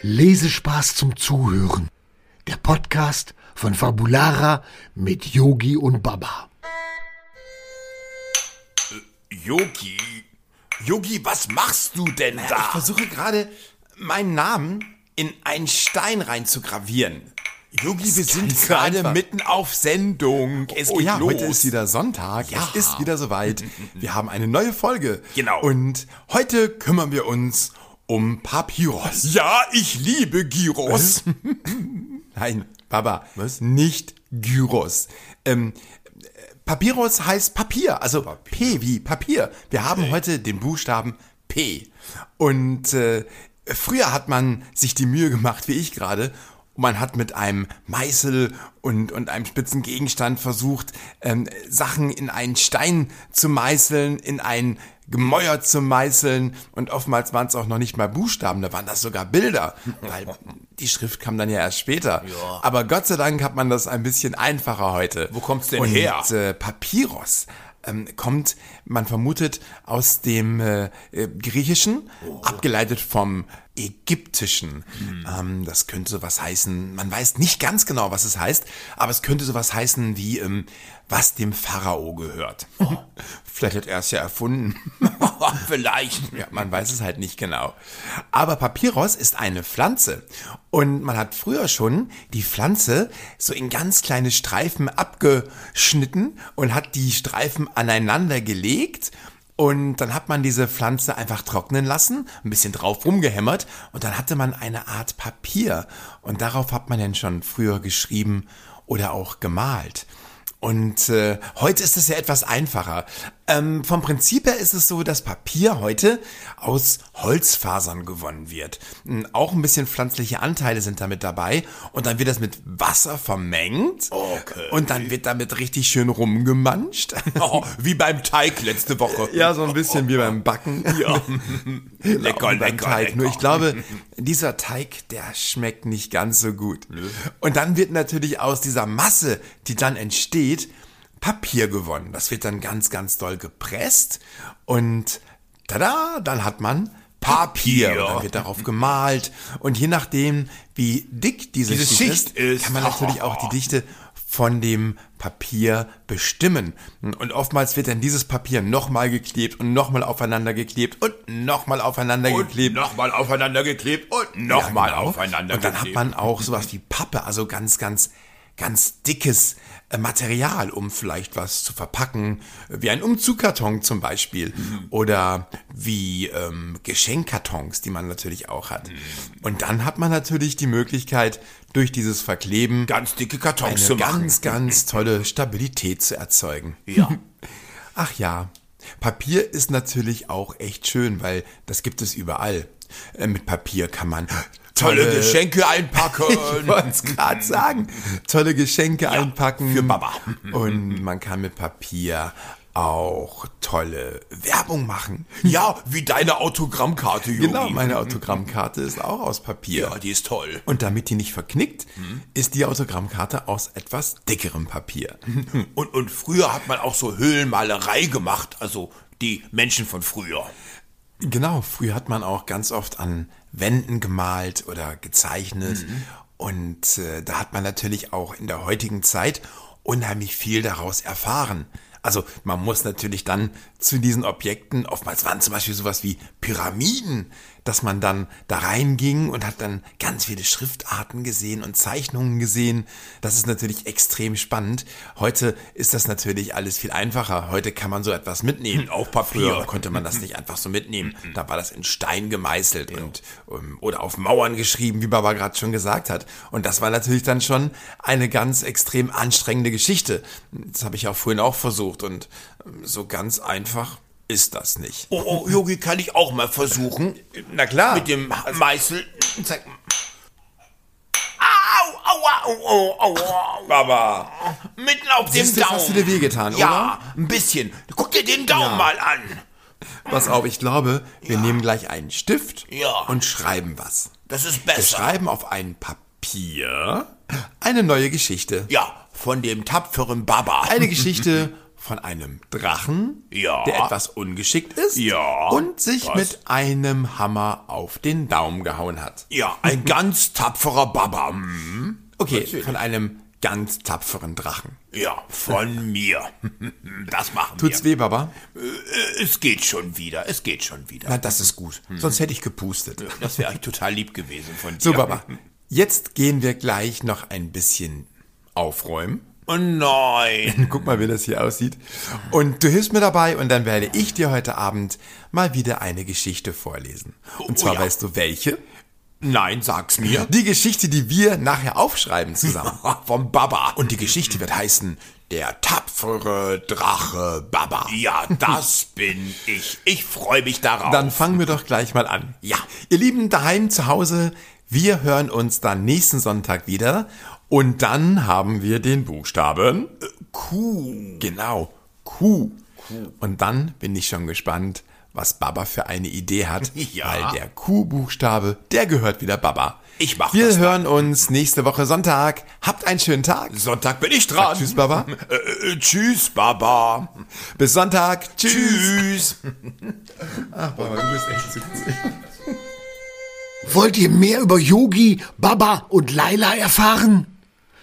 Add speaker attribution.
Speaker 1: Lesespaß zum Zuhören. Der Podcast von Fabulara mit Yogi und Baba.
Speaker 2: Yogi? Yogi, was machst du denn
Speaker 3: Äh, Ich
Speaker 2: da?
Speaker 3: versuche gerade, meinen Namen in einen Stein rein zu gravieren.
Speaker 2: Yogi, wir
Speaker 3: ganz
Speaker 2: sind gerade
Speaker 3: einfach.
Speaker 2: mitten auf Sendung. Es
Speaker 3: oh
Speaker 2: geht
Speaker 3: ja,
Speaker 2: los.
Speaker 3: heute ist wieder Sonntag.
Speaker 2: Ja.
Speaker 3: Es ist wieder soweit. Wir haben eine neue Folge.
Speaker 2: Genau.
Speaker 3: Und heute kümmern wir uns um Papyros.
Speaker 2: ja, ich liebe Gyros.
Speaker 3: Nein, Baba, Was? nicht Gyros. Ähm, äh, Papyros heißt Papier, also P wie Papier. Wir haben heute den Buchstaben P. Und äh, früher hat man sich die Mühe gemacht, wie ich gerade. und Man hat mit einem Meißel und, und einem spitzen Gegenstand versucht, ähm, Sachen in einen Stein zu meißeln, in ein Gemäuer zu meißeln. Und oftmals waren es auch noch nicht mal Buchstaben, da waren das sogar Bilder, weil die Schrift kam dann ja erst später. Aber Gott sei Dank hat man das ein bisschen einfacher heute.
Speaker 2: Wo kommt's denn
Speaker 3: und,
Speaker 2: her?
Speaker 3: äh, Papyros ähm, kommt, man vermutet, aus dem äh, äh, Griechischen, abgeleitet vom Ägyptischen. Ähm, das könnte was heißen, man weiß nicht ganz genau, was es heißt, aber es könnte sowas heißen wie, ähm, was dem Pharao gehört. Vielleicht hat er es ja erfunden.
Speaker 2: Vielleicht.
Speaker 3: Ja, man weiß es halt nicht genau. Aber Papyrus ist eine Pflanze. Und man hat früher schon die Pflanze so in ganz kleine Streifen abgeschnitten und hat die Streifen aneinander gelegt. Und dann hat man diese Pflanze einfach trocknen lassen, ein bisschen drauf rumgehämmert und dann hatte man eine Art Papier. Und darauf hat man dann schon früher geschrieben oder auch gemalt. Und äh, heute ist es ja etwas einfacher. Ähm, vom Prinzip her ist es so, dass Papier heute aus Holzfasern gewonnen wird. Ähm, Auch ein bisschen pflanzliche Anteile sind damit dabei. Und dann wird das mit Wasser vermengt.
Speaker 2: Okay.
Speaker 3: Und dann wird damit richtig schön rumgemanscht.
Speaker 2: Oh, wie beim Teig letzte Woche.
Speaker 3: Ja, so ein bisschen wie beim Backen.
Speaker 2: Ja.
Speaker 3: Genau,
Speaker 2: lecker,
Speaker 3: beim
Speaker 2: lecker,
Speaker 3: Teig.
Speaker 2: lecker.
Speaker 3: Nur ich glaube, dieser Teig, der schmeckt nicht ganz so gut. Und dann wird natürlich aus dieser Masse, die dann entsteht, Papier gewonnen. Das wird dann ganz, ganz doll gepresst und tada, dann hat man Papier.
Speaker 2: Papier.
Speaker 3: Und dann wird darauf gemalt. Und je nachdem, wie dick diese,
Speaker 2: Diese
Speaker 3: Schicht,
Speaker 2: Schicht ist- Oh.
Speaker 3: kann man natürlich auch die Dichte von dem Papier bestimmen. Und oftmals wird dann dieses Papier nochmal geklebt und nochmal aufeinander geklebt und nochmal aufeinander
Speaker 2: Und
Speaker 3: geklebt. genau.
Speaker 2: nochmal aufeinander geklebt und nochmal aufeinander
Speaker 3: Und dann hat
Speaker 2: geklebt.
Speaker 3: man auch sowas wie Pappe, also ganz, ganz, ganz dickes äh, Material, um vielleicht was zu verpacken, wie ein Umzugkarton zum Beispiel
Speaker 2: Mhm.
Speaker 3: oder wie ähm, Geschenkkartons, die man natürlich auch hat.
Speaker 2: Mhm.
Speaker 3: Und dann hat man natürlich die Möglichkeit, durch dieses Verkleben
Speaker 2: ganz dicke Kartons
Speaker 3: eine
Speaker 2: zu machen.
Speaker 3: ganz, ganz tolle Stabilität zu erzeugen.
Speaker 2: ja.
Speaker 3: Ach ja, Papier ist natürlich auch echt schön, weil das gibt es überall. Äh, mit Papier kann man
Speaker 2: Tolle
Speaker 3: Geschenke
Speaker 2: Geschenke
Speaker 3: ich
Speaker 2: einpacken.
Speaker 3: wollte es gerade sagen. Tolle Geschenke einpacken.
Speaker 2: für Baba.
Speaker 3: Und man kann mit Papier auch tolle Werbung machen.
Speaker 2: ja, wie deine Autogrammkarte, Yogi.
Speaker 3: Genau, meine Autogrammkarte ist auch aus Papier.
Speaker 2: Ja, die Hm. ist toll.
Speaker 3: Und damit die nicht verknickt, ist die Autogrammkarte aus etwas dickerem Papier.
Speaker 2: Und, und früher hat man auch so Höhlenmalerei gemacht, also die Menschen von früher.
Speaker 3: Genau, früher hat man auch ganz oft an Wänden gemalt oder gezeichnet. Und äh, da hat man natürlich auch in der heutigen Zeit unheimlich viel daraus erfahren. Also man muss natürlich dann zu diesen Objekten, oftmals waren zum Beispiel sowas wie Pyramiden, dass man dann da reinging und hat dann ganz viele Schriftarten gesehen und Zeichnungen gesehen. Das ist natürlich extrem spannend. Heute ist das natürlich alles viel einfacher. Heute kann man so etwas mitnehmen. Auf Papier konnte man das nicht einfach so mitnehmen. Da war das in Stein gemeißelt und ähm, oder auf Mauern geschrieben, wie Baba gerade schon gesagt hat. Und das war natürlich dann schon eine ganz extrem anstrengende Geschichte. Das habe ich auch vorhin auch versucht und ähm, so ganz einfach ist das nicht.
Speaker 2: Oh, oh, Yogi, kann ich auch mal versuchen.
Speaker 3: Na klar.
Speaker 2: Mit dem Meißel.
Speaker 3: Zack.
Speaker 2: Au, aua, au, au, au, au.
Speaker 3: Baba.
Speaker 2: Mitten auf dem
Speaker 3: Siehst du, jetzt
Speaker 2: Daumen.
Speaker 3: hast du dir wehgetan,
Speaker 2: Ja, ein bisschen. Guck dir den Daumen
Speaker 3: Ja.
Speaker 2: mal an.
Speaker 3: Pass auf, ich glaube, wir nehmen gleich einen Stift
Speaker 2: Ja.
Speaker 3: und schreiben was.
Speaker 2: Das ist
Speaker 3: Wir
Speaker 2: besser.
Speaker 3: schreiben auf ein Papier eine neue Geschichte.
Speaker 2: Ja, von dem tapferen Baba.
Speaker 3: Eine Geschichte von einem Drachen,
Speaker 2: Ja.
Speaker 3: der etwas ungeschickt ist
Speaker 2: Ja.
Speaker 3: und sich
Speaker 2: Was?
Speaker 3: mit einem Hammer auf den Daumen gehauen hat.
Speaker 2: Ja, ein ganz tapferer Baba. Mhm.
Speaker 3: Okay, von einem ganz tapferen Drachen.
Speaker 2: Ja, von mir. Das machen
Speaker 3: Tut's
Speaker 2: wir.
Speaker 3: weh, Baba?
Speaker 2: Äh, Es geht schon wieder, es geht schon wieder.
Speaker 3: Na, das ist gut.
Speaker 2: Hm.
Speaker 3: Sonst hätte ich gepustet.
Speaker 2: Das wäre eigentlich total lieb gewesen von dir.
Speaker 3: So, Baba, jetzt gehen wir gleich noch ein bisschen aufräumen.
Speaker 2: Oh nein.
Speaker 3: Guck mal, wie das hier aussieht. Und du hilfst mir dabei und dann werde ich dir heute Abend mal wieder eine Geschichte vorlesen. Und
Speaker 2: Oh,
Speaker 3: zwar
Speaker 2: ja.
Speaker 3: weißt du welche?
Speaker 2: Nein, sag's mir.
Speaker 3: Die Geschichte, die wir nachher aufschreiben zusammen.
Speaker 2: Vom Baba.
Speaker 3: Und die Geschichte wird heißen Der tapfere Drache Baba.
Speaker 2: Ja, das bin ich. Ich freue mich darauf.
Speaker 3: Dann fangen wir doch gleich mal an.
Speaker 2: Ja.
Speaker 3: Ihr Lieben daheim zu Hause, wir hören uns dann nächsten Sonntag wieder und dann haben wir den Buchstaben äh, Q. Genau, Q. Und dann bin ich schon gespannt, was Baba für eine Idee hat,
Speaker 2: Ja.
Speaker 3: weil der Q-Buchstabe, der gehört wieder Baba.
Speaker 2: Ich mach
Speaker 3: Wir
Speaker 2: das
Speaker 3: hören uns nächste Woche Sonntag. Habt einen schönen Tag.
Speaker 2: Sonntag bin ich dran.
Speaker 3: Tschüss, Baba.
Speaker 2: Äh, äh, tschüss, Baba.
Speaker 3: Bis Sonntag. Tschüss.
Speaker 2: Tschüss.
Speaker 3: Ach, Baba, du bist echt zu witzig.
Speaker 1: Wollt ihr mehr über Yogi, Baba und Laila erfahren?